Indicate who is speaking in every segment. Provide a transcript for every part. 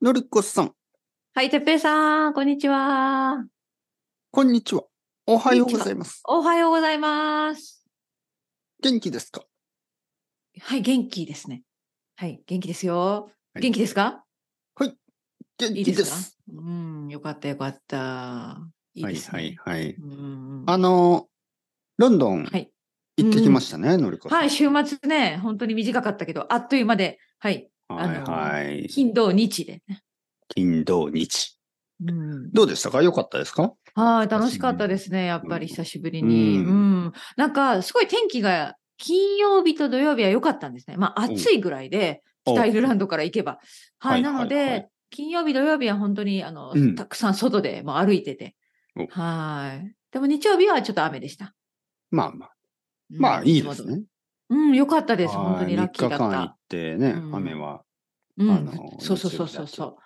Speaker 1: のりこさん、
Speaker 2: はい、てっぺいさん、こんにちは。
Speaker 1: こんにちは。おはようございます。
Speaker 2: おはようございます。
Speaker 1: 元気ですか
Speaker 2: はい、元気ですね。はい、元気ですよ。
Speaker 1: はい
Speaker 2: 元気ですか
Speaker 1: 元
Speaker 2: い
Speaker 1: 気
Speaker 2: い
Speaker 1: で。
Speaker 2: ですすかうん、よかったよかった。いいですね。
Speaker 1: はいはいはい。
Speaker 2: うんうん
Speaker 1: あの、ロンドン
Speaker 2: はい。
Speaker 1: 行ってきましたね、のりこさん。
Speaker 2: はい、週末ね、本当に短かったけど、あっという間で、はい、
Speaker 1: はいはい。
Speaker 2: 金土日でね。
Speaker 1: 金土日。
Speaker 2: うん、
Speaker 1: どうでしたか良かったですか
Speaker 2: はい、
Speaker 1: ですね
Speaker 2: 楽しかったですね。やっぱ
Speaker 1: う
Speaker 2: り
Speaker 1: ん
Speaker 2: 久しぶりに。
Speaker 1: う
Speaker 2: うんん。なんか、すごい天気が金曜日と土曜日は良かったんですね。まあ、
Speaker 1: うん
Speaker 2: 暑いぐらいで、北アイルランドから行けば。
Speaker 1: は
Speaker 2: はいい、なの
Speaker 1: はいはい
Speaker 2: で、金曜日、土曜日は本当に、あの
Speaker 1: うん、
Speaker 2: たくさん外でもう歩いてて
Speaker 1: お。
Speaker 2: はい。でも日曜日はちょっと雨でした。
Speaker 1: まあまあ。
Speaker 2: うん
Speaker 1: まあいいです。
Speaker 2: つも通り
Speaker 1: ね。
Speaker 2: うん、良かったです。
Speaker 1: はい
Speaker 2: 本当にラッキーだっ。
Speaker 1: 3日間行ったてね、
Speaker 2: うん
Speaker 1: 雨は。
Speaker 2: う
Speaker 1: あ
Speaker 2: ん
Speaker 1: の、
Speaker 2: そうそうそう
Speaker 1: 日曜日だ
Speaker 2: そ
Speaker 1: っ
Speaker 2: う
Speaker 1: た
Speaker 2: そ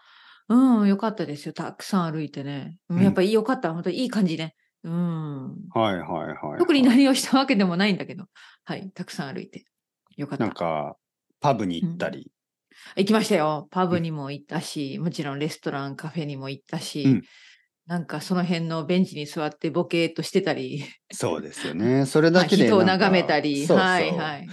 Speaker 2: う。うん、良かったですよ。たくさん歩いてね。う
Speaker 1: うん
Speaker 2: ん、やっぱり良かった。本当にいい感じね。うん。
Speaker 1: はいはいはい。
Speaker 2: 特に何をしたわけでもないんだけど、はい、たくさん歩いて。よかっ
Speaker 1: なん
Speaker 2: た。
Speaker 1: か、パブに行ったり。
Speaker 2: 行きましたよ。パブにも行ったし、もちろんレストラン、カフェにも行ったし、
Speaker 1: うん
Speaker 2: なんかその辺のベンチに座ってボケーっとしてたり、
Speaker 1: そうですよね。それ
Speaker 2: まあ
Speaker 1: だけで
Speaker 2: 人
Speaker 1: なんか。
Speaker 2: を眺めたり、
Speaker 1: そうそう
Speaker 2: はいはい。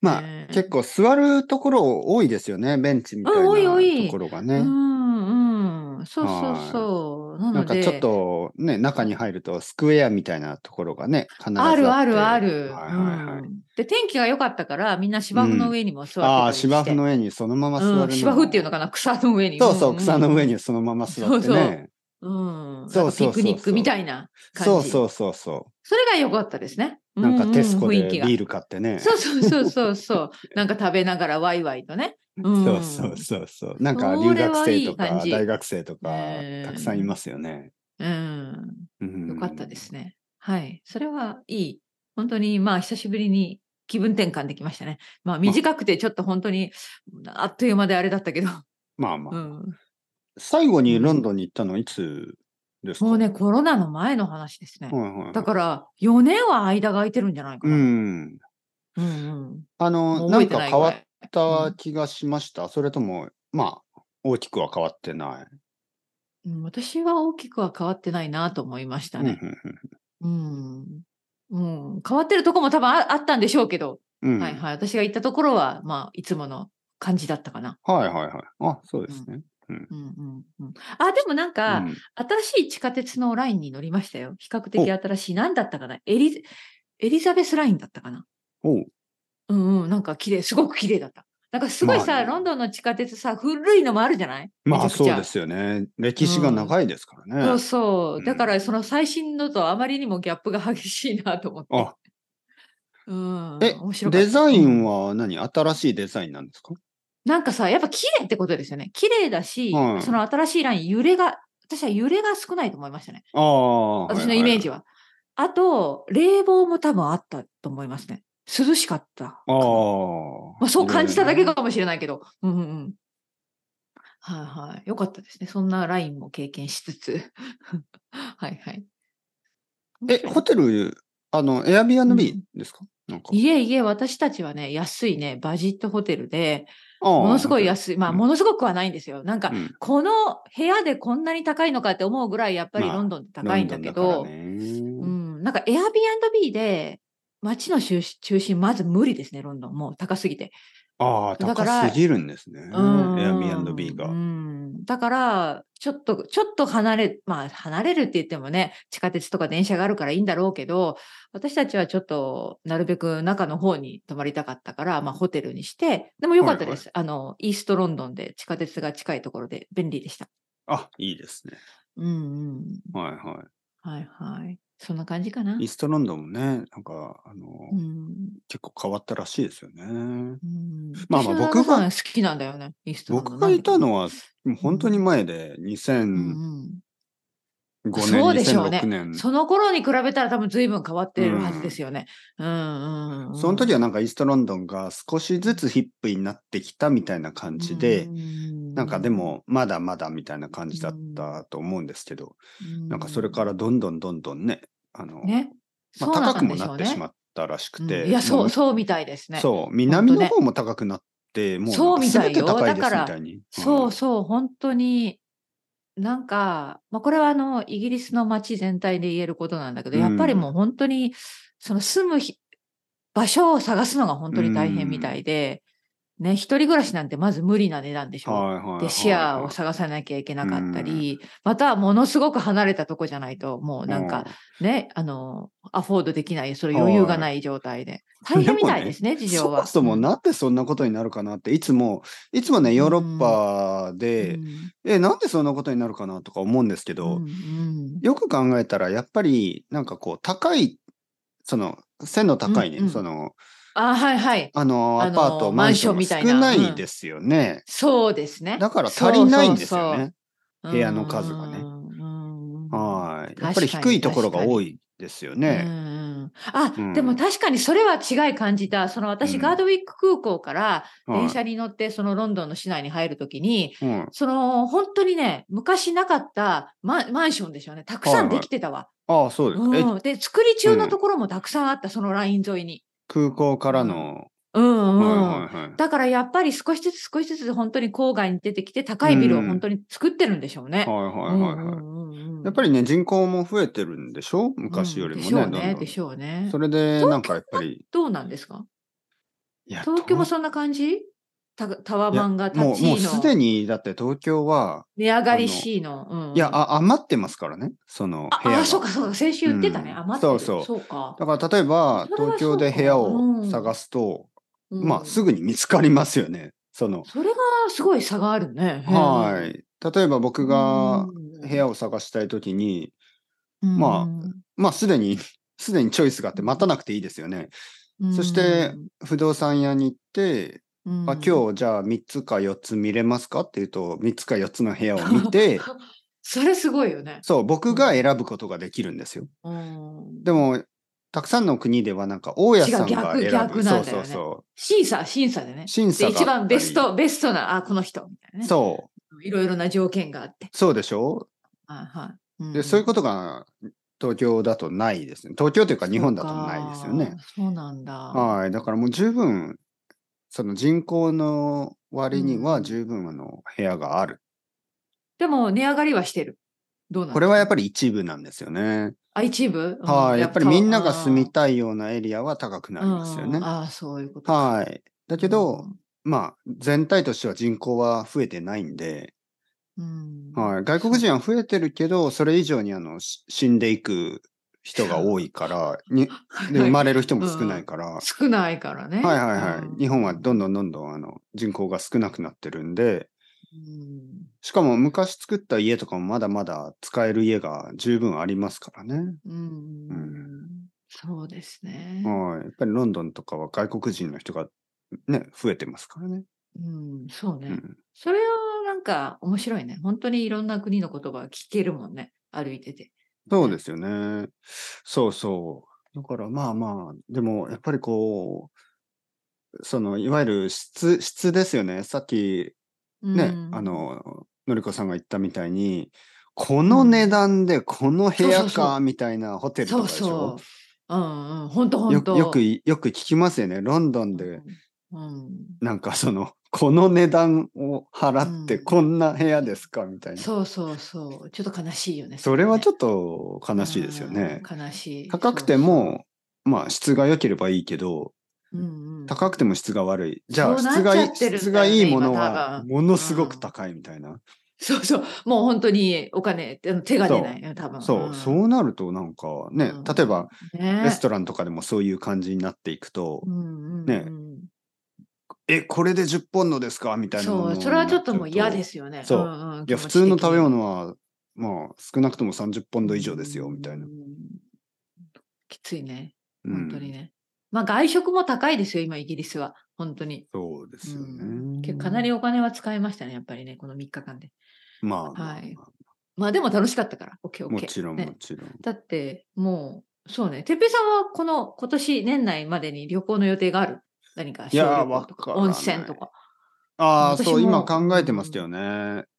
Speaker 1: まあ、
Speaker 2: ね
Speaker 1: 結構座るところ多いですよね。ベンチみたいな
Speaker 2: うん多い多
Speaker 1: と
Speaker 2: い
Speaker 1: ころが
Speaker 2: う
Speaker 1: ね。
Speaker 2: んうん、そうそうそう。な
Speaker 1: な
Speaker 2: の
Speaker 1: んか
Speaker 2: で、
Speaker 1: ちょっとね、中に入るとスクエアみたいなところがね、必ず
Speaker 2: あるあるあ
Speaker 1: って
Speaker 2: る、
Speaker 1: はいはいはい。
Speaker 2: うんで、天気が良かったから、みんな芝生の上にも座ってたりして、
Speaker 1: ああ、芝生の上にそのまま座るの、
Speaker 2: うん芝生っていうのかな、草の上に。
Speaker 1: そうそう、草の
Speaker 2: に
Speaker 1: 上にそのまま座ってね。
Speaker 2: う
Speaker 1: そ
Speaker 2: ん、
Speaker 1: う
Speaker 2: なんか
Speaker 1: そうそうそう
Speaker 2: ピクニックみたいな感じ。
Speaker 1: そうそうそうそ
Speaker 2: それが良かったですね。
Speaker 1: う。なんかテスコ
Speaker 2: うんう
Speaker 1: で
Speaker 2: ん雰
Speaker 1: ビ
Speaker 2: 囲気が
Speaker 1: ール買ってね。
Speaker 2: そうそうそうそ うそう。なんか食べながらワイワイとね。うん、
Speaker 1: そうそうそうそう。なんか留学生と
Speaker 2: それはいい
Speaker 1: か
Speaker 2: 感じ
Speaker 1: 大学生とか
Speaker 2: ねえ
Speaker 1: たくさんいますよね。
Speaker 2: うん。
Speaker 1: うん
Speaker 2: よかったですね。はい。それはいい。本当にまあ久しぶりに気分転換できましたね。まあ短くてちょっと本当にあっという間であれだったけど。
Speaker 1: まあまあ、
Speaker 2: うん、
Speaker 1: 最後にロンドンに行ったのはいつですか
Speaker 2: もうね、コロナの前の話ですね
Speaker 1: は。いはい。
Speaker 2: だから4年は間が空いてるんじゃないか
Speaker 1: う
Speaker 2: な。うん、
Speaker 1: ん。
Speaker 2: うん、
Speaker 1: あ
Speaker 2: も
Speaker 1: の、
Speaker 2: う
Speaker 1: な
Speaker 2: 覚え
Speaker 1: ん
Speaker 2: て
Speaker 1: か
Speaker 2: ない
Speaker 1: 変
Speaker 2: ぐ
Speaker 1: わ
Speaker 2: ら
Speaker 1: った
Speaker 2: い。
Speaker 1: 気がしました。それとも、まあ、大きくは変わってない。
Speaker 2: うん私は大きくは変わってないなと思いました
Speaker 1: うん
Speaker 2: ね。うん。うん、変わってるとこも多分ああったんでしょうけど、
Speaker 1: うんうん
Speaker 2: はいはい。私が行ったところは、まあ、いつもの感じだったかな。
Speaker 1: はいはいはい。あ、そうですね。
Speaker 2: うんうんうん。あ、でもなんか、
Speaker 1: うん
Speaker 2: 新しい地下鉄のラインに乗りましたよ。比較的新しい。なんだったかなエリエリザベスラインだったかな
Speaker 1: おう
Speaker 2: うんうん。なんか綺麗、すごく綺麗だった。なんかすごいさ、
Speaker 1: まあね
Speaker 2: ロンドンの地下鉄さ、古いのもあるじゃない
Speaker 1: まあ
Speaker 2: めちゃく
Speaker 1: そう
Speaker 2: ちゃ
Speaker 1: ですよね。歴史が長いですからね。
Speaker 2: そうそうう。
Speaker 1: ん
Speaker 2: だから、その最新のとあまりにもギャップが激しいなと思って。
Speaker 1: あ、
Speaker 2: うん。
Speaker 1: え
Speaker 2: 面白かった
Speaker 1: デザイ
Speaker 2: うん
Speaker 1: ンは何新しいデザインなんですか
Speaker 2: なんかさ、やっぱ綺麗ってことですよね。綺麗だし、
Speaker 1: はい
Speaker 2: その新しいライン、揺れが、私は揺れが少ないと思いましたね。
Speaker 1: ああ。
Speaker 2: 私のイメージ
Speaker 1: は。
Speaker 2: は。あと、冷房も多分あったと思いますね。涼しかったか
Speaker 1: ああ。
Speaker 2: な。まあ、そう感じただけ
Speaker 1: いろいろね。
Speaker 2: かもしれないけど。うんうんうん。はいはい。よかったですね。そんなラインも経験しつつ。 はいはい。面
Speaker 1: え、
Speaker 2: 白い
Speaker 1: ホテル、あの、エアビアンビーですかなんか。
Speaker 2: いえいえ、私たちはね、安いね、バジットホテルで、
Speaker 1: も
Speaker 2: ものすごい安い。まあ、
Speaker 1: うん
Speaker 2: ものすごくはないんですよ。なんか、
Speaker 1: うん
Speaker 2: この部屋でこんなに高いのかって思うぐらいやっぱり
Speaker 1: まあ
Speaker 2: ロンドンって高いんだけど、
Speaker 1: ロンドンだからね
Speaker 2: うん、なんか Airbnb で街の中心中心まず無理ですね、ロンドン。もう高すぎて。
Speaker 1: ああ、
Speaker 2: だから
Speaker 1: 高すぎるんですね。エ
Speaker 2: うん
Speaker 1: アビアンドビーが
Speaker 2: う。ん、だから、ちょっと、ちょっと離れ、まあ、離れるって言ってもね、地下鉄とか電車があるからいいんだろうけど、私たちはちょっと、なるべく中の方に泊まりたかったから、まあ、ホテルにして、でもよかったです。あの、イーストロンドンで地下鉄が近いところで便利でした。
Speaker 1: あ、いいですね。
Speaker 2: うんうん。
Speaker 1: はいは
Speaker 2: はいはい。そんな感じかな。
Speaker 1: い。イーストロンドンもね、なんか、あの、
Speaker 2: うん
Speaker 1: 結構変わったらしいですよね。
Speaker 2: うん
Speaker 1: まあまあ
Speaker 2: 私の
Speaker 1: 僕が
Speaker 2: 旦那さん好きなんだよね、イーストランド
Speaker 1: 僕がいたのは、もう本当に
Speaker 2: うん
Speaker 1: 前で、
Speaker 2: うん
Speaker 1: 2005年、
Speaker 2: そうでしょうね
Speaker 1: 2006年。
Speaker 2: その頃に比べたら多分随分変わってるはずですよね。うんうんうん、
Speaker 1: その時
Speaker 2: は
Speaker 1: はなんかイーストロンドンが少しずつヒップになってきたみたいな感じで、なんかで、もまだまだみたいな感じだったと思うんですけど、なんかそれからどんどんどんどんね、あの、
Speaker 2: ね、
Speaker 1: まあ、高くもなってし
Speaker 2: っ
Speaker 1: まったらしく
Speaker 2: うん
Speaker 1: て、
Speaker 2: いや、そう、
Speaker 1: う
Speaker 2: そうみたいですね。
Speaker 1: そう、南の
Speaker 2: ね
Speaker 1: 方も高くなっって、も
Speaker 2: そうう
Speaker 1: なん
Speaker 2: み
Speaker 1: か
Speaker 2: た
Speaker 1: 全
Speaker 2: い
Speaker 1: て
Speaker 2: よ
Speaker 1: 高いですみ
Speaker 2: だから
Speaker 1: たいに。
Speaker 2: そうそう、本当に、なんか、まあ、これはあの、イギリスの街全体で言えることなんだけど、
Speaker 1: うん
Speaker 2: やっぱりもう本当に、その住むひ場所を探すのが本当に大変みたいで、ね、一人暮らしなんてまず無理な値段でし
Speaker 1: うん。
Speaker 2: ょ。
Speaker 1: はいはいはい、
Speaker 2: で、シェアを探さなきゃいけなかったり、またはものすごく離れたとこじゃないと、もうなんかね、あの、アフォードできない、それ余裕がない状態で。
Speaker 1: い
Speaker 2: 大変みた
Speaker 1: でも
Speaker 2: い
Speaker 1: ね
Speaker 2: ですね、事
Speaker 1: そ
Speaker 2: 情
Speaker 1: も
Speaker 2: は。
Speaker 1: そも
Speaker 2: うん
Speaker 1: なんでそんなことになるかなっていつもいつもねヨーロッパで、
Speaker 2: うん
Speaker 1: えなんでそんなことになるかなとか思うんですけど、
Speaker 2: うんうん
Speaker 1: よく考えたらやっぱりなんかこう高いその背の高いね、
Speaker 2: うんうん
Speaker 1: その
Speaker 2: あ、はいはい。
Speaker 1: あの
Speaker 2: あ
Speaker 1: ア
Speaker 2: の
Speaker 1: パート、マンション
Speaker 2: マンションみたい
Speaker 1: が少
Speaker 2: な
Speaker 1: ないですよね、
Speaker 2: そうですね。
Speaker 1: だから足りないんですよね
Speaker 2: そうそうそう
Speaker 1: 部屋の数がね
Speaker 2: うんうんうん
Speaker 1: はい
Speaker 2: 確かに
Speaker 1: やっぱり低いところが多いですよ
Speaker 2: うんう
Speaker 1: ね、
Speaker 2: んあ、
Speaker 1: うん
Speaker 2: でも確かにそれは違い感じた。その私、
Speaker 1: うん
Speaker 2: ガードウィック空港から
Speaker 1: はい
Speaker 2: 電車に乗って、そのロンドンの市内に入るときに、
Speaker 1: うん、
Speaker 2: その本当にね、昔なかったマンマンションでしょうね。たくさんできてたわ。
Speaker 1: ああそうです、え
Speaker 2: うん、で、作り中のところもたくさんあった、そのライン沿いに。
Speaker 1: 空港からの、
Speaker 2: うんうん。
Speaker 1: はいはいはい
Speaker 2: だからやっぱり少しずつ少しずつ本当に郊外に出てきて高いビルを本当に作ってるんでしょう
Speaker 1: は
Speaker 2: ね。
Speaker 1: いはいはいはい、やっぱ
Speaker 2: り
Speaker 1: りね、人口も増えてるんでしょ昔よりもね、
Speaker 2: でしょ
Speaker 1: ど
Speaker 2: うん
Speaker 1: ど
Speaker 2: ね。
Speaker 1: ん
Speaker 2: でしょうね
Speaker 1: そ。れで、なんかやっぱり、
Speaker 2: どうなんですか
Speaker 1: いや
Speaker 2: 東京も
Speaker 1: 東
Speaker 2: そんな感じタタワ
Speaker 1: いや
Speaker 2: マンが立
Speaker 1: もう、
Speaker 2: ち
Speaker 1: も
Speaker 2: の
Speaker 1: うすでに、だって東京は、
Speaker 2: 値上がり C の。うん
Speaker 1: いや、あ余ってますからね、その
Speaker 2: あ
Speaker 1: 部屋
Speaker 2: あ
Speaker 1: が。
Speaker 2: そうかそうか。先週言ってたね。
Speaker 1: うん
Speaker 2: 余ってる
Speaker 1: そう
Speaker 2: そうか。
Speaker 1: だから例えば、
Speaker 2: それは
Speaker 1: 東京で部屋を探すと、
Speaker 2: うん
Speaker 1: まあ、すぐに見つかりますよね。その、
Speaker 2: それがすごい差があるね。。
Speaker 1: はいい。例えば僕が
Speaker 2: うん
Speaker 1: 部屋を探したいときに、
Speaker 2: う
Speaker 1: ま
Speaker 2: ん
Speaker 1: まあ、すでに、すでにチョイスがあって、待たなくていいですよね。そして、不動産屋に行って、
Speaker 2: うん
Speaker 1: あ今日じゃあ3つか4つ見れますかって言うと3つか4つの部屋を見て
Speaker 2: それすごいよね。
Speaker 1: そう僕が選ぶことができるんですよ。
Speaker 2: うん
Speaker 1: でもたくさんの国ではなんか大家さんが選ぶ
Speaker 2: 違う逆逆
Speaker 1: そう
Speaker 2: な
Speaker 1: ん
Speaker 2: だ
Speaker 1: そ
Speaker 2: よね
Speaker 1: うそ
Speaker 2: 審査、審査でね
Speaker 1: う。審査
Speaker 2: で、
Speaker 1: が
Speaker 2: 一
Speaker 1: あ
Speaker 2: 番
Speaker 1: ったり
Speaker 2: ベスト、ベストな、あ、この人、みたいなね。
Speaker 1: そ
Speaker 2: いろいろな条件があって。
Speaker 1: うそうでしょ
Speaker 2: はいはいんん
Speaker 1: でそういうことが東京だとないですね東京というか日本だとないですよね。
Speaker 2: そうかそうなんだ。
Speaker 1: はいだからもう十分その人口の割には十分あの部屋がある、
Speaker 2: でも、値上がりはしてる。どうなん
Speaker 1: これはやっぱ
Speaker 2: り。
Speaker 1: り一部なんですよね。
Speaker 2: あ、一部うん
Speaker 1: はい、やっぱりみんなが住み
Speaker 2: い
Speaker 1: たいようなエリアは高くなりますよね。
Speaker 2: ああ、そういうこと。い。
Speaker 1: はい。だけど、まあ、全体としては人口は増えてないんで、
Speaker 2: うん、
Speaker 1: はい、外国人は増えてるけど、それ以上にあのし死んでいく人が多いから、 にで生まれる人も少ないから、は
Speaker 2: 少ないからね。
Speaker 1: いはいは
Speaker 2: うん
Speaker 1: い。日本はどんどんどんどんあの人口が少なくなってるんで、
Speaker 2: うん
Speaker 1: しかも昔作った家とかもまだまだ使える家が十分ありますからね。
Speaker 2: うんそうですね。
Speaker 1: はい。やっぱりロンドンとかは外国人の人がね、増えてますからね。
Speaker 2: うん、そうね。
Speaker 1: うん
Speaker 2: それはなんか面白いね。本当にいろんな国の言葉が聞けるもんね。歩いてて。
Speaker 1: そうですよね。そうそう。だからまあまあ、でもやっぱりこう、そのいわゆる質、質ですよね。さっきね、
Speaker 2: うん
Speaker 1: あ、の、のりこさんが言ったみたいに、この値段でこの部
Speaker 2: そうそう
Speaker 1: 屋
Speaker 2: そう
Speaker 1: かみたいなホテルとか
Speaker 2: そう
Speaker 1: でしょ
Speaker 2: そ。う。うんうん。本当本
Speaker 1: よ
Speaker 2: 当。
Speaker 1: よくい、よく聞きますよね。ロンドンで、
Speaker 2: うん。
Speaker 1: なんかその、この値段を払って
Speaker 2: うん
Speaker 1: こんな部屋ですかみた
Speaker 2: う
Speaker 1: い
Speaker 2: ん。
Speaker 1: な。
Speaker 2: そうそうそう。ちょっと悲しいよね。
Speaker 1: それはちょっ
Speaker 2: っ
Speaker 1: と悲しいですよね。。
Speaker 2: うん悲しい。
Speaker 1: 高くても、まあ質が良ければいいけど、
Speaker 2: そうそう、うんうん、
Speaker 1: 高くても質が悪い。じゃあ
Speaker 2: そうなっ
Speaker 1: 質がい
Speaker 2: ちゃ
Speaker 1: い、
Speaker 2: ってるんだよね
Speaker 1: 質がいいもの
Speaker 2: 今多
Speaker 1: は
Speaker 2: 分
Speaker 1: ものすごく高いみたいな。
Speaker 2: そうそう。もう本当にお金、あの手が出ないよ。多分。
Speaker 1: そう、そ
Speaker 2: ん
Speaker 1: うなるとなんかね、
Speaker 2: うん
Speaker 1: 例えば
Speaker 2: ね
Speaker 1: レストランとかでもそういう感じになっていくと、
Speaker 2: うんうんうん、
Speaker 1: ねえ、これで10本のですかみたいなもの
Speaker 2: そ
Speaker 1: に
Speaker 2: う、それはちょっともう嫌
Speaker 1: なち
Speaker 2: ですよね。
Speaker 1: そうん
Speaker 2: ん
Speaker 1: ゃうと。いや、普通の食べ物は、まあ少なくとも30ポンド以上ですよ、みたいな
Speaker 2: う。ん。きついね。
Speaker 1: うん
Speaker 2: 本当にね。まあ外食も高いですよ、今イギリスは。本当に。
Speaker 1: そうですよ
Speaker 2: う
Speaker 1: ね。
Speaker 2: んけかなりお金は使いましたね、やっぱりね、この3日間で。
Speaker 1: まあ、
Speaker 2: はいまあでも楽しかったから、OK、OK。
Speaker 1: もちろんも
Speaker 2: ね。
Speaker 1: ちろん。
Speaker 2: だって、もう、そうね、てっぺいさんはこの今年年内までに旅行の予定がある何か
Speaker 1: いやー
Speaker 2: 小旅行とか
Speaker 1: わからない
Speaker 2: 温泉とか。
Speaker 1: ああ、
Speaker 2: 私
Speaker 1: そう、今
Speaker 2: も
Speaker 1: 考えてましたよね。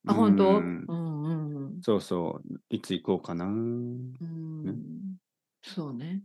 Speaker 2: あ、本当う
Speaker 1: うん
Speaker 2: うんうん。
Speaker 1: そうそう。いつ行こうかな。
Speaker 2: うんそうね。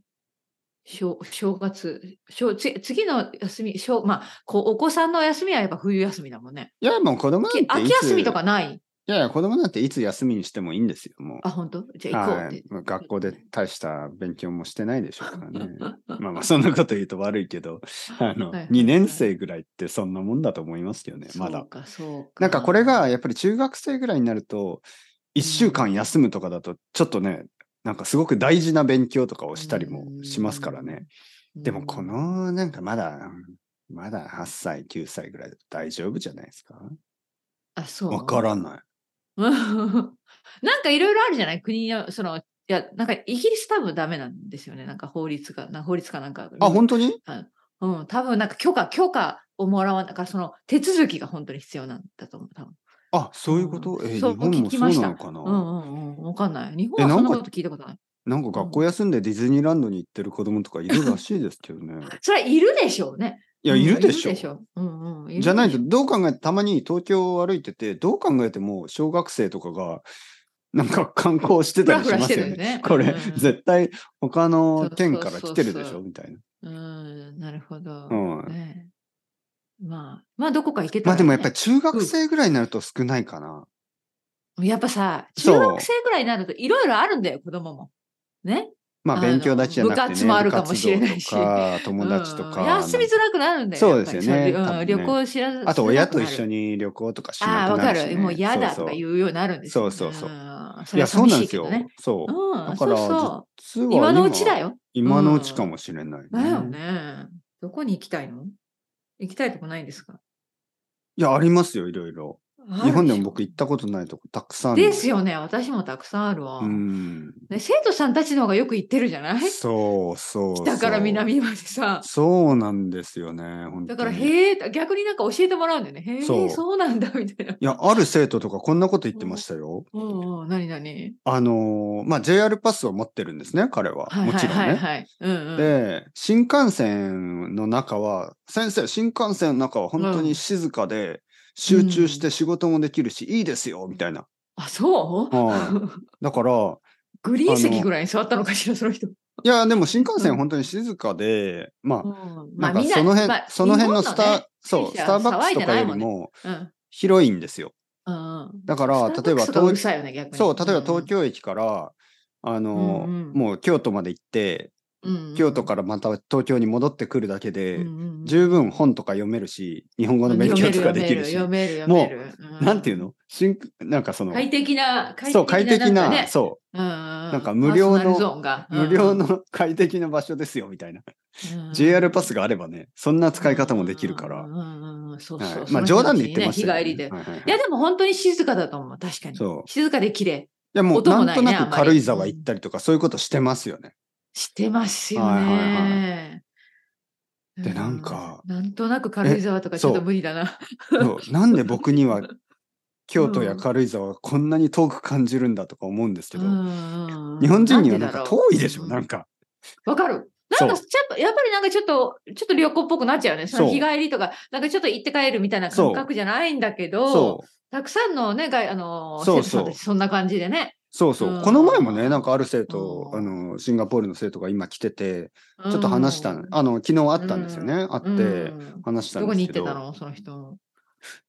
Speaker 2: 正正月正つ次の休み正、まあ、こうお子さんのお休みはやっぱ冬休みだもんね。
Speaker 1: いや、もう子供なんてい
Speaker 2: き
Speaker 1: つ
Speaker 2: 秋休みとかない
Speaker 1: いやいや、子供なんていつ休みにしてもいいんですよ、もう。
Speaker 2: あ、本当じゃあ行こうっ
Speaker 1: は
Speaker 2: て。
Speaker 1: い、まあ学校で大した勉強もしてないでしょうから ね。まあまあ、そんなこと言うと悪いけど、あの、
Speaker 2: はいはいはい
Speaker 1: 2年生ぐらいってそんなもんだと思いますけどね、ま
Speaker 2: そ
Speaker 1: だ
Speaker 2: う。か、そうか。
Speaker 1: なんかこれが、やっぱり中学生ぐらいになると、1週間休むとかだと、ちょっとね、なんかすごく大事な勉強とかをしたりもしますからね。
Speaker 2: うん。
Speaker 1: でもこの、なんかまだ、まだ8歳、9歳ぐらいだと大丈夫じゃないですか
Speaker 2: あ、そう。
Speaker 1: わ からない。
Speaker 2: うんなんかいろいろあるじゃない国の、その、いや、なんかイギリス多分ダメなんですよね。なんか法律が、な法律かなんか。
Speaker 1: あ、本当に
Speaker 2: うん、多分なんか許可、許可をもらわないから、その手続きが本当に必要なんだと思う、多分。
Speaker 1: あ、そういうこと、えー
Speaker 2: そう
Speaker 1: 日本も
Speaker 2: 聞
Speaker 1: そ
Speaker 2: き
Speaker 1: う
Speaker 2: まし
Speaker 1: な
Speaker 2: た
Speaker 1: のかな、
Speaker 2: うんうんうん、わかんない。日
Speaker 1: え
Speaker 2: 本はそん
Speaker 1: なん
Speaker 2: なこ
Speaker 1: か
Speaker 2: と聞いたことない。
Speaker 1: なんか学校休んでディズニーランドに行ってる子供とかいるらしいですけど ね。
Speaker 2: それはいるでしょうね。
Speaker 1: いや、
Speaker 2: うん
Speaker 1: いるでしょ。
Speaker 2: うんうん、
Speaker 1: じゃない
Speaker 2: る
Speaker 1: と、
Speaker 2: でし
Speaker 1: ど
Speaker 2: ょ
Speaker 1: う考えて、たまに東京を歩いてて、どう考えても小学生とかが、なんか観光して
Speaker 2: ふ
Speaker 1: た
Speaker 2: ら
Speaker 1: り
Speaker 2: ふ
Speaker 1: し
Speaker 2: ら
Speaker 1: ま
Speaker 2: し
Speaker 1: す
Speaker 2: て
Speaker 1: よ
Speaker 2: るよ
Speaker 1: ね。
Speaker 2: ね。
Speaker 1: これ、
Speaker 2: うん
Speaker 1: 絶対他
Speaker 2: そう
Speaker 1: の
Speaker 2: そう
Speaker 1: 県から来てるでし
Speaker 2: そうそ
Speaker 1: ょ
Speaker 2: う
Speaker 1: みたいな。
Speaker 2: うん、なるほど。
Speaker 1: うん
Speaker 2: ねまあ、まあ、どこか行けた
Speaker 1: まあ
Speaker 2: ら
Speaker 1: で
Speaker 2: ね、
Speaker 1: もやっぱり中学生ぐらいになると少ないかな。
Speaker 2: やっぱさ、
Speaker 1: そう
Speaker 2: 中学生ぐらいになるといろいろあるんだよ、子供も。ね。
Speaker 1: まあ勉強だけじゃなくて、ね、
Speaker 2: あの部活もあるかもしれないし
Speaker 1: 部活動とか、友達と
Speaker 2: うん
Speaker 1: か。
Speaker 2: 休みづらくなるんだよ。
Speaker 1: そうですよね
Speaker 2: やっぱり
Speaker 1: 多分ね
Speaker 2: そううん、旅行しらず。
Speaker 1: あと親と一緒
Speaker 2: に。
Speaker 1: に旅行とかしなく
Speaker 2: ああ、わ
Speaker 1: な
Speaker 2: か
Speaker 1: るし、ね。
Speaker 2: る。もう嫌だ
Speaker 1: そ
Speaker 2: と
Speaker 1: う
Speaker 2: か
Speaker 1: そう
Speaker 2: 言うようになるんですよ
Speaker 1: そうそうそうんいや、そうなんですよ。
Speaker 2: それは寂しいけどね
Speaker 1: そう。
Speaker 2: うん、
Speaker 1: だから
Speaker 2: そう
Speaker 1: 実
Speaker 2: そ
Speaker 1: は
Speaker 2: う。今のうちだよ。
Speaker 1: 今のうちかもしれない、ね
Speaker 2: だよね。どこに行きたいの行きたいとこないんですか
Speaker 1: いや、ありますよ、いろいろ。日本でも僕
Speaker 2: 行
Speaker 1: 行ったことないとこたくさんあるん
Speaker 2: ですよね。私もたくさんあるわ。
Speaker 1: うん。
Speaker 2: ね、生徒さんたちの方がよく行ってるじゃない
Speaker 1: そうそうそう。
Speaker 2: 北から。南までさ。
Speaker 1: そうなんですよね、本当に
Speaker 2: だから、
Speaker 1: い
Speaker 2: へえ、逆になんか教えてもらうんだよね。へえ、
Speaker 1: そう
Speaker 2: そうなんだ、みたいな。
Speaker 1: や、ある生徒とかこんなこと言ってましたよ。
Speaker 2: うんうん、なになに。
Speaker 1: あのーまあ、JR パスを持ってるんですね、彼は。
Speaker 2: はい
Speaker 1: も
Speaker 2: はい
Speaker 1: ちろん
Speaker 2: はい
Speaker 1: ね。
Speaker 2: はい。うんうん、
Speaker 1: で、新幹線の中は、先生、新幹線の中は本当に静かで、集中して仕事もできるし、いいですよ、みたいな。
Speaker 2: あ、そう、
Speaker 1: はだから、
Speaker 2: グリーン席ぐらいに座ったのかしら、その人。
Speaker 1: いや、でも新幹
Speaker 2: う
Speaker 1: 線
Speaker 2: ん
Speaker 1: 本当に静かで、まあ、
Speaker 2: うん
Speaker 1: なんかその辺、その辺のスタ、ー、
Speaker 2: 選
Speaker 1: そう、
Speaker 2: 手は
Speaker 1: スターバックスとかより
Speaker 2: 騒いでない
Speaker 1: も
Speaker 2: まあ
Speaker 1: 広いんですよ。
Speaker 2: みんなうん。
Speaker 1: だから、
Speaker 2: スターバックス
Speaker 1: 例えば
Speaker 2: とかうる
Speaker 1: 東、
Speaker 2: さいよね、逆に。
Speaker 1: そう、例えば東京駅から、あの、
Speaker 2: うんうん
Speaker 1: もう京都まで行って、京都からまた東京に戻ってくるだけで、十分本とか読めるし、日本語の勉強とかできるし、
Speaker 2: 読める、
Speaker 1: もう
Speaker 2: 読める。読める
Speaker 1: なんていうの新なんかその、
Speaker 2: 快適な、快適な
Speaker 1: そう、快適
Speaker 2: ん
Speaker 1: な、
Speaker 2: かね
Speaker 1: そ
Speaker 2: うんうんうん
Speaker 1: なんか無料の
Speaker 2: パーソナルゾーンが
Speaker 1: う、無料、の快適な場所ですよ、みたいな。
Speaker 2: うんうん
Speaker 1: JR パスがあればね、そんな使い方もできるから
Speaker 2: うん。うんうんうんそうそう
Speaker 1: はい
Speaker 2: そ
Speaker 1: まあ
Speaker 2: の日
Speaker 1: 冗談で言ってましたよ、
Speaker 2: 日帰りで。
Speaker 1: はいはいはい
Speaker 2: いや、でも本当に静かだと思う、確かに。
Speaker 1: そう
Speaker 2: 静かで綺麗。
Speaker 1: いやもう
Speaker 2: 音
Speaker 1: な
Speaker 2: も
Speaker 1: ん
Speaker 2: ない
Speaker 1: と
Speaker 2: ね
Speaker 1: な
Speaker 2: あん
Speaker 1: く
Speaker 2: まり
Speaker 1: 軽井沢行ったりとかそういうことしてますよね。
Speaker 2: してますよね。
Speaker 1: はいはいで
Speaker 2: う
Speaker 1: なんか
Speaker 2: なんとなく軽井沢とかちょっと無理だな。
Speaker 1: そうなんで僕には京都や軽井沢がこんなに遠く感じるんだとか思うんですけど、日
Speaker 2: 日
Speaker 1: 本人にはなんか遠いでしょ、なん
Speaker 2: か。
Speaker 1: か。
Speaker 2: わかる。なんか
Speaker 1: そ
Speaker 2: ちょっとやっぱりなんかちょっと、ちょっと旅行っぽくなっちゃうよね。その
Speaker 1: そう
Speaker 2: 日帰りとか、なんかちょっと行って帰るみたいな
Speaker 1: そう
Speaker 2: 感覚じゃないんだけど、
Speaker 1: そう
Speaker 2: たくさんのね、があの、
Speaker 1: そう
Speaker 2: 生徒さんたちそんな感じでね。
Speaker 1: そうそう、
Speaker 2: うん
Speaker 1: この前もね、なんかある生徒、
Speaker 2: うん
Speaker 1: あの、シンガポールの生徒が今来てて、
Speaker 2: ち
Speaker 1: ちょっと話したの、あの、昨日会ったんですよね。会って
Speaker 2: ど
Speaker 1: 話したん
Speaker 2: こ
Speaker 1: で
Speaker 2: に
Speaker 1: す
Speaker 2: 行
Speaker 1: け
Speaker 2: って
Speaker 1: ど、
Speaker 2: たのその人。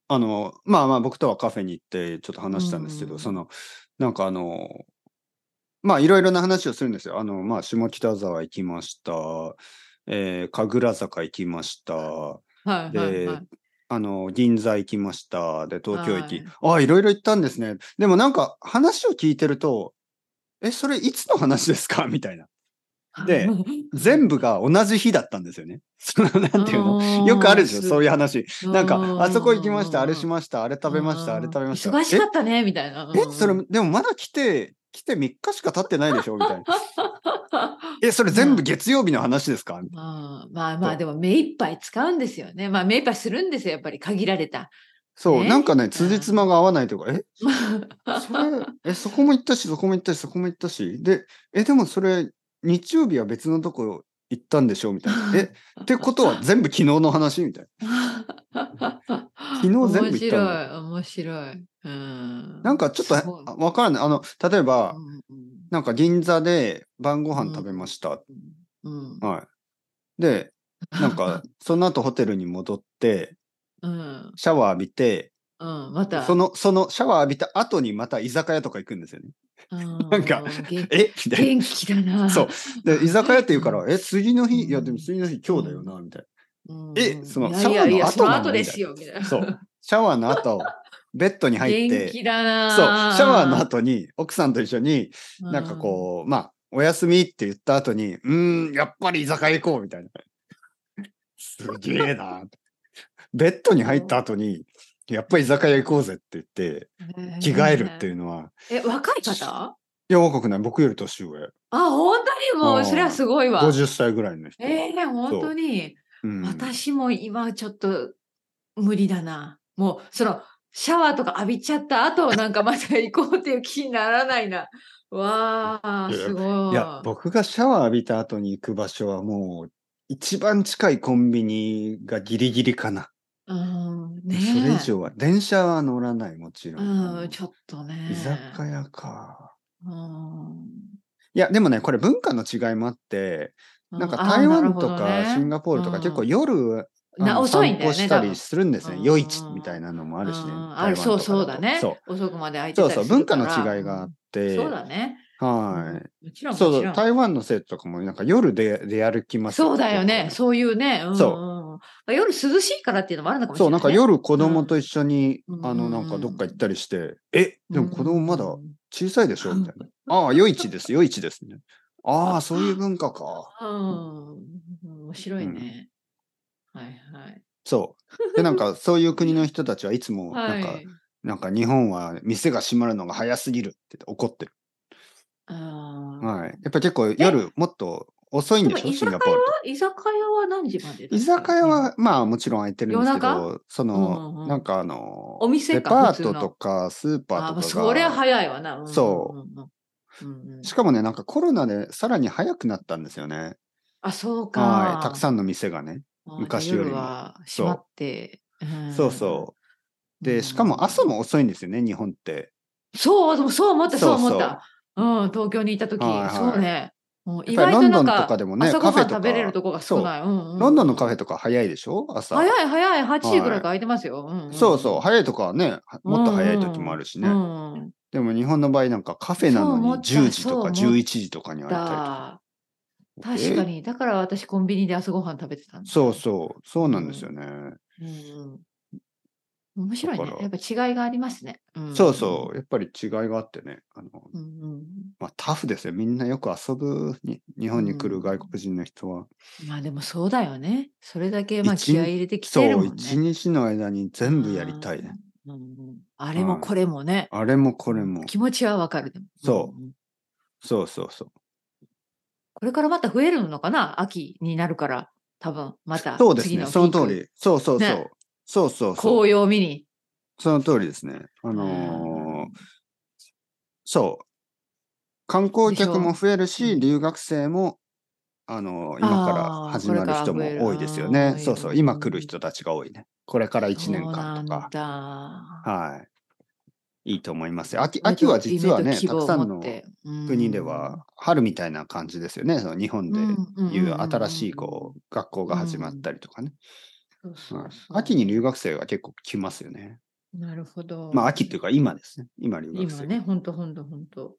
Speaker 1: あの、まあまあ僕とはカフェに行ってちょっと話したんですけど、
Speaker 2: うん
Speaker 1: その、なんかあの、まあいろいろな話をするんですよ。あの、まあ下北沢行きました。えー、神楽坂行きました。
Speaker 2: はいはいはい。
Speaker 1: あの、銀座行きました。で、東京駅。ああ、いろいろ行ったんですね。でもなんか話を聞いてると、え、それいつの話ですかみたいな。で 全部が同じ日だったんですよね。その、なんていうの
Speaker 2: の
Speaker 1: よくあるでしょ、そういう話。
Speaker 2: う
Speaker 1: なんか、あそこ行きました、あれし
Speaker 2: し
Speaker 1: ました、あれ食べました、あれ食べました。
Speaker 2: 忙しかったね、みたいな。
Speaker 1: え、えそれ、でもまだ来て、来て3日しか経ってないでしょ みたいな。え、それ全部月曜日の話ですかみたい
Speaker 2: まあ まあまあでも目いっぱい使うんですよね。まあ目いっぱいするんですよやっぱり限られ た。
Speaker 1: なそう、
Speaker 2: ね
Speaker 1: なんかね、辻褄が合わないというか、え、それ、え、そこも行ったし、そこも行ったし、そこも行ったし、で、え、でもそれ、日曜日は別のとこ行ったんでしょみたいな。え、ってことは全部昨日の話みたいな。
Speaker 2: 昨
Speaker 1: 全部行った
Speaker 2: 面白い面白い。うん。
Speaker 1: なんかちょっと
Speaker 2: すごい
Speaker 1: あわからない。あの、例えば
Speaker 2: う、んうん
Speaker 1: なんか銀座で晩ご飯食べました。
Speaker 2: うん。
Speaker 1: はい。で、なんか、その後ホテルに戻って、
Speaker 2: うん。
Speaker 1: シャワー浴びて、
Speaker 2: うん。また。
Speaker 1: その、そのシャワー浴びた後にまた居酒屋とか行くんですよね。
Speaker 2: な
Speaker 1: なんか、
Speaker 2: げ
Speaker 1: え みたい
Speaker 2: 元気だな。
Speaker 1: な。 そう。 で、居酒屋って言うから、え、次の日、いや、
Speaker 2: うん
Speaker 1: でも次の日今日だよな、みたい
Speaker 2: うん。
Speaker 1: えその
Speaker 2: いやいやいや、
Speaker 1: シャ
Speaker 2: そ
Speaker 1: ワーの後なの
Speaker 2: の後ですよ。みたいな
Speaker 1: な。そう。。シャワーの後、ベッドに入っ
Speaker 2: 元
Speaker 1: て、
Speaker 2: 気だな。
Speaker 1: そう、シャワーの後に奥さんと一緒に、
Speaker 2: う、
Speaker 1: なんかこう、まあ、おやすみって言った後に、うーん、やっぱり居酒屋行こうみたいな。すげえな。ベッドに入った後に、やっぱり居酒屋行こうぜって言って、
Speaker 2: うん
Speaker 1: 着替えるっていうのは、
Speaker 2: え、若い方
Speaker 1: いや、若くない。僕より年上。
Speaker 2: あ、本当にも
Speaker 1: う
Speaker 2: うんそれはすごいわ。
Speaker 1: 50歳ぐらいの人。
Speaker 2: ええ本当に。
Speaker 1: うん、
Speaker 2: 私も今ちょっと無理だな。もうそのシャワーとか浴びちゃった後なんかまた行こうっていう気にならないな。わあ、
Speaker 1: いや
Speaker 2: すごい。
Speaker 1: いや、僕がシャワー浴びた後に行く場所はもう、一番近いコンビニがギリギリかな。
Speaker 2: うん、ね
Speaker 1: それ以
Speaker 2: え。
Speaker 1: 上は、電車は乗らない、もちろん。
Speaker 2: うん、ちょっとね。
Speaker 1: 居酒屋か。
Speaker 2: うん
Speaker 1: いや、でもね、これ文化の違いもあって、なんか台湾とかシンガポールとか結構、夜、
Speaker 2: あなるほどねうんな
Speaker 1: あの
Speaker 2: 遅いん
Speaker 1: 散
Speaker 2: だ
Speaker 1: 歩
Speaker 2: よね。
Speaker 1: した
Speaker 2: 多分
Speaker 1: りするんですね
Speaker 2: う。ん
Speaker 1: 夜市みたいなのもあるしね。
Speaker 2: うんあ
Speaker 1: 台湾
Speaker 2: る
Speaker 1: とか
Speaker 2: そうそうだね
Speaker 1: そう
Speaker 2: 遅くまで空いてた
Speaker 1: そう
Speaker 2: り
Speaker 1: そう、
Speaker 2: する
Speaker 1: 文
Speaker 2: か
Speaker 1: 化
Speaker 2: ら
Speaker 1: の違いがあっ
Speaker 2: うん
Speaker 1: て、
Speaker 2: そうだね。
Speaker 1: は
Speaker 2: もちろ
Speaker 1: い。
Speaker 2: ん、
Speaker 1: そう
Speaker 2: も
Speaker 1: そ
Speaker 2: ちろ
Speaker 1: う、
Speaker 2: ん。
Speaker 1: 台湾の生徒とかもなんか夜で出歩きます
Speaker 2: そうだよね。
Speaker 1: 結
Speaker 2: そういうね。うん、
Speaker 1: そうん
Speaker 2: まあ夜涼しいからっていうのもあるのか
Speaker 1: 構ね
Speaker 2: もしれ
Speaker 1: そう、
Speaker 2: な、
Speaker 1: ない
Speaker 2: ね。
Speaker 1: んか夜子供と一緒に、
Speaker 2: うん
Speaker 1: あの、なんかどっか行ったりして、え、でも子供まだ
Speaker 2: うん
Speaker 1: 小さいでしょみたいな。ああ、夜市です、夜市ですね。ああ、そういう文化か。
Speaker 2: うん、面白いね。はいはい。
Speaker 1: そう。で、なん か、そういう国の人たちはいつも、
Speaker 2: は。
Speaker 1: ないんか、なんか日本は店が閉まるのが早すぎるって怒ってる。
Speaker 2: あー
Speaker 1: はい。やっぱ結構夜もっと遅いん
Speaker 2: で
Speaker 1: でし
Speaker 2: も
Speaker 1: ょ
Speaker 2: 居
Speaker 1: シン
Speaker 2: 酒
Speaker 1: ガ
Speaker 2: 屋は
Speaker 1: ポールと。
Speaker 2: 居酒屋は何時までだっけ
Speaker 1: 居酒屋は、まあもちろん空いてるんですけ
Speaker 2: 夜
Speaker 1: ど、その、
Speaker 2: うんうんうん
Speaker 1: なんかあの、
Speaker 2: お店
Speaker 1: デ
Speaker 2: か
Speaker 1: パー
Speaker 2: 普通
Speaker 1: ト
Speaker 2: の
Speaker 1: とかスーパ
Speaker 2: あ
Speaker 1: ー
Speaker 2: まあ
Speaker 1: とか
Speaker 2: それは
Speaker 1: が、
Speaker 2: 早いわな。
Speaker 1: そう
Speaker 2: うんうんうん。うんうん
Speaker 1: しかもね、なんかコロナでさらに早くなったんですよね。
Speaker 2: あ、そうか。
Speaker 1: はい。たく
Speaker 2: ん
Speaker 1: さんの店がね。昔よりも
Speaker 2: は閉まって。
Speaker 1: そうそう。で、しかも朝
Speaker 2: も
Speaker 1: も遅いんですよね、日本って。
Speaker 2: そう、でもそう思った、そう
Speaker 1: そう
Speaker 2: 思
Speaker 1: そう
Speaker 2: った。うん、東京にいた時、
Speaker 1: はいはい
Speaker 2: そうね。うん意
Speaker 1: やっぱり
Speaker 2: 外となん
Speaker 1: ロンドンと
Speaker 2: か
Speaker 1: かでもね
Speaker 2: 朝ごは
Speaker 1: カフェ
Speaker 2: ん
Speaker 1: とか
Speaker 2: 食べれるとこが少ない。うんうん
Speaker 1: ロンドンのカフェとか早いでしょ朝。
Speaker 2: 早い早い、8時ぐらいから空いてますよ。んん
Speaker 1: そうそう。早いとかはね、もっと早い時もあるしね。
Speaker 2: うんうん
Speaker 1: でも日本の場合なんかカフェなのに
Speaker 2: そう思った
Speaker 1: 10時とか
Speaker 2: そう思っ
Speaker 1: 11時とかに開いた
Speaker 2: だ
Speaker 1: りとか。
Speaker 2: 確か
Speaker 1: え。
Speaker 2: に。だから私、コンビニで朝ごはん食べてたんだ
Speaker 1: そうそう、そうなんですよね。
Speaker 2: うんうん面白い
Speaker 1: だ
Speaker 2: ね
Speaker 1: か。ら
Speaker 2: やっぱ違いがありますね。ん
Speaker 1: そうそう、やっぱり違いがあってね。あの
Speaker 2: うんうん。
Speaker 1: まあ、タフですよ。みんなよく遊ぶに日本に来る外国人の人は。
Speaker 2: まあでもそうだよね。それだけまあ
Speaker 1: 一日
Speaker 2: 気合い入れてき
Speaker 1: そ
Speaker 2: てるも、
Speaker 1: うん
Speaker 2: ね。
Speaker 1: 一日の間に全部やりたいね。
Speaker 2: あー。うんうんあれもこれもね。
Speaker 1: あれもこれも。
Speaker 2: 気持ちはわかる。でも
Speaker 1: そうん
Speaker 2: ん
Speaker 1: そうそうそう。
Speaker 2: これからまた増えるのかな秋になるから、多分また
Speaker 1: そうです
Speaker 2: 次
Speaker 1: ね。
Speaker 2: ピ
Speaker 1: その
Speaker 2: ーク
Speaker 1: 通。り。そうそうそう。
Speaker 2: ね
Speaker 1: そうそうそう。
Speaker 2: 紅葉を見に。
Speaker 1: その通りですね。あ
Speaker 2: あ
Speaker 1: のーそう。観光
Speaker 2: でしょ
Speaker 1: 客も増える
Speaker 2: う
Speaker 1: し、
Speaker 2: ん
Speaker 1: 留学生も、あのー今から始まる人
Speaker 2: あーこれから増える
Speaker 1: も多いですよ
Speaker 2: う
Speaker 1: ね
Speaker 2: ん。
Speaker 1: そうそう、今来る人たちが多いね。これから1年間とか。
Speaker 2: か。
Speaker 1: はい。いいと思いますよ。秋秋は実はね、
Speaker 2: 夢と希
Speaker 1: たく
Speaker 2: 望
Speaker 1: さ
Speaker 2: を
Speaker 1: ん
Speaker 2: 持
Speaker 1: の
Speaker 2: って
Speaker 1: 国では、春みたいな感じですよね。その日本
Speaker 2: うん
Speaker 1: で
Speaker 2: うん
Speaker 1: い
Speaker 2: んん
Speaker 1: うん新しいこう学校が始まったりとかね。
Speaker 2: そうそう
Speaker 1: はい
Speaker 2: そう
Speaker 1: 秋に留学生が結構来ますよね。
Speaker 2: なるほど。
Speaker 1: まあ秋っていうか今ですね。今留学
Speaker 2: 今
Speaker 1: 生。
Speaker 2: ね、本当本当本当。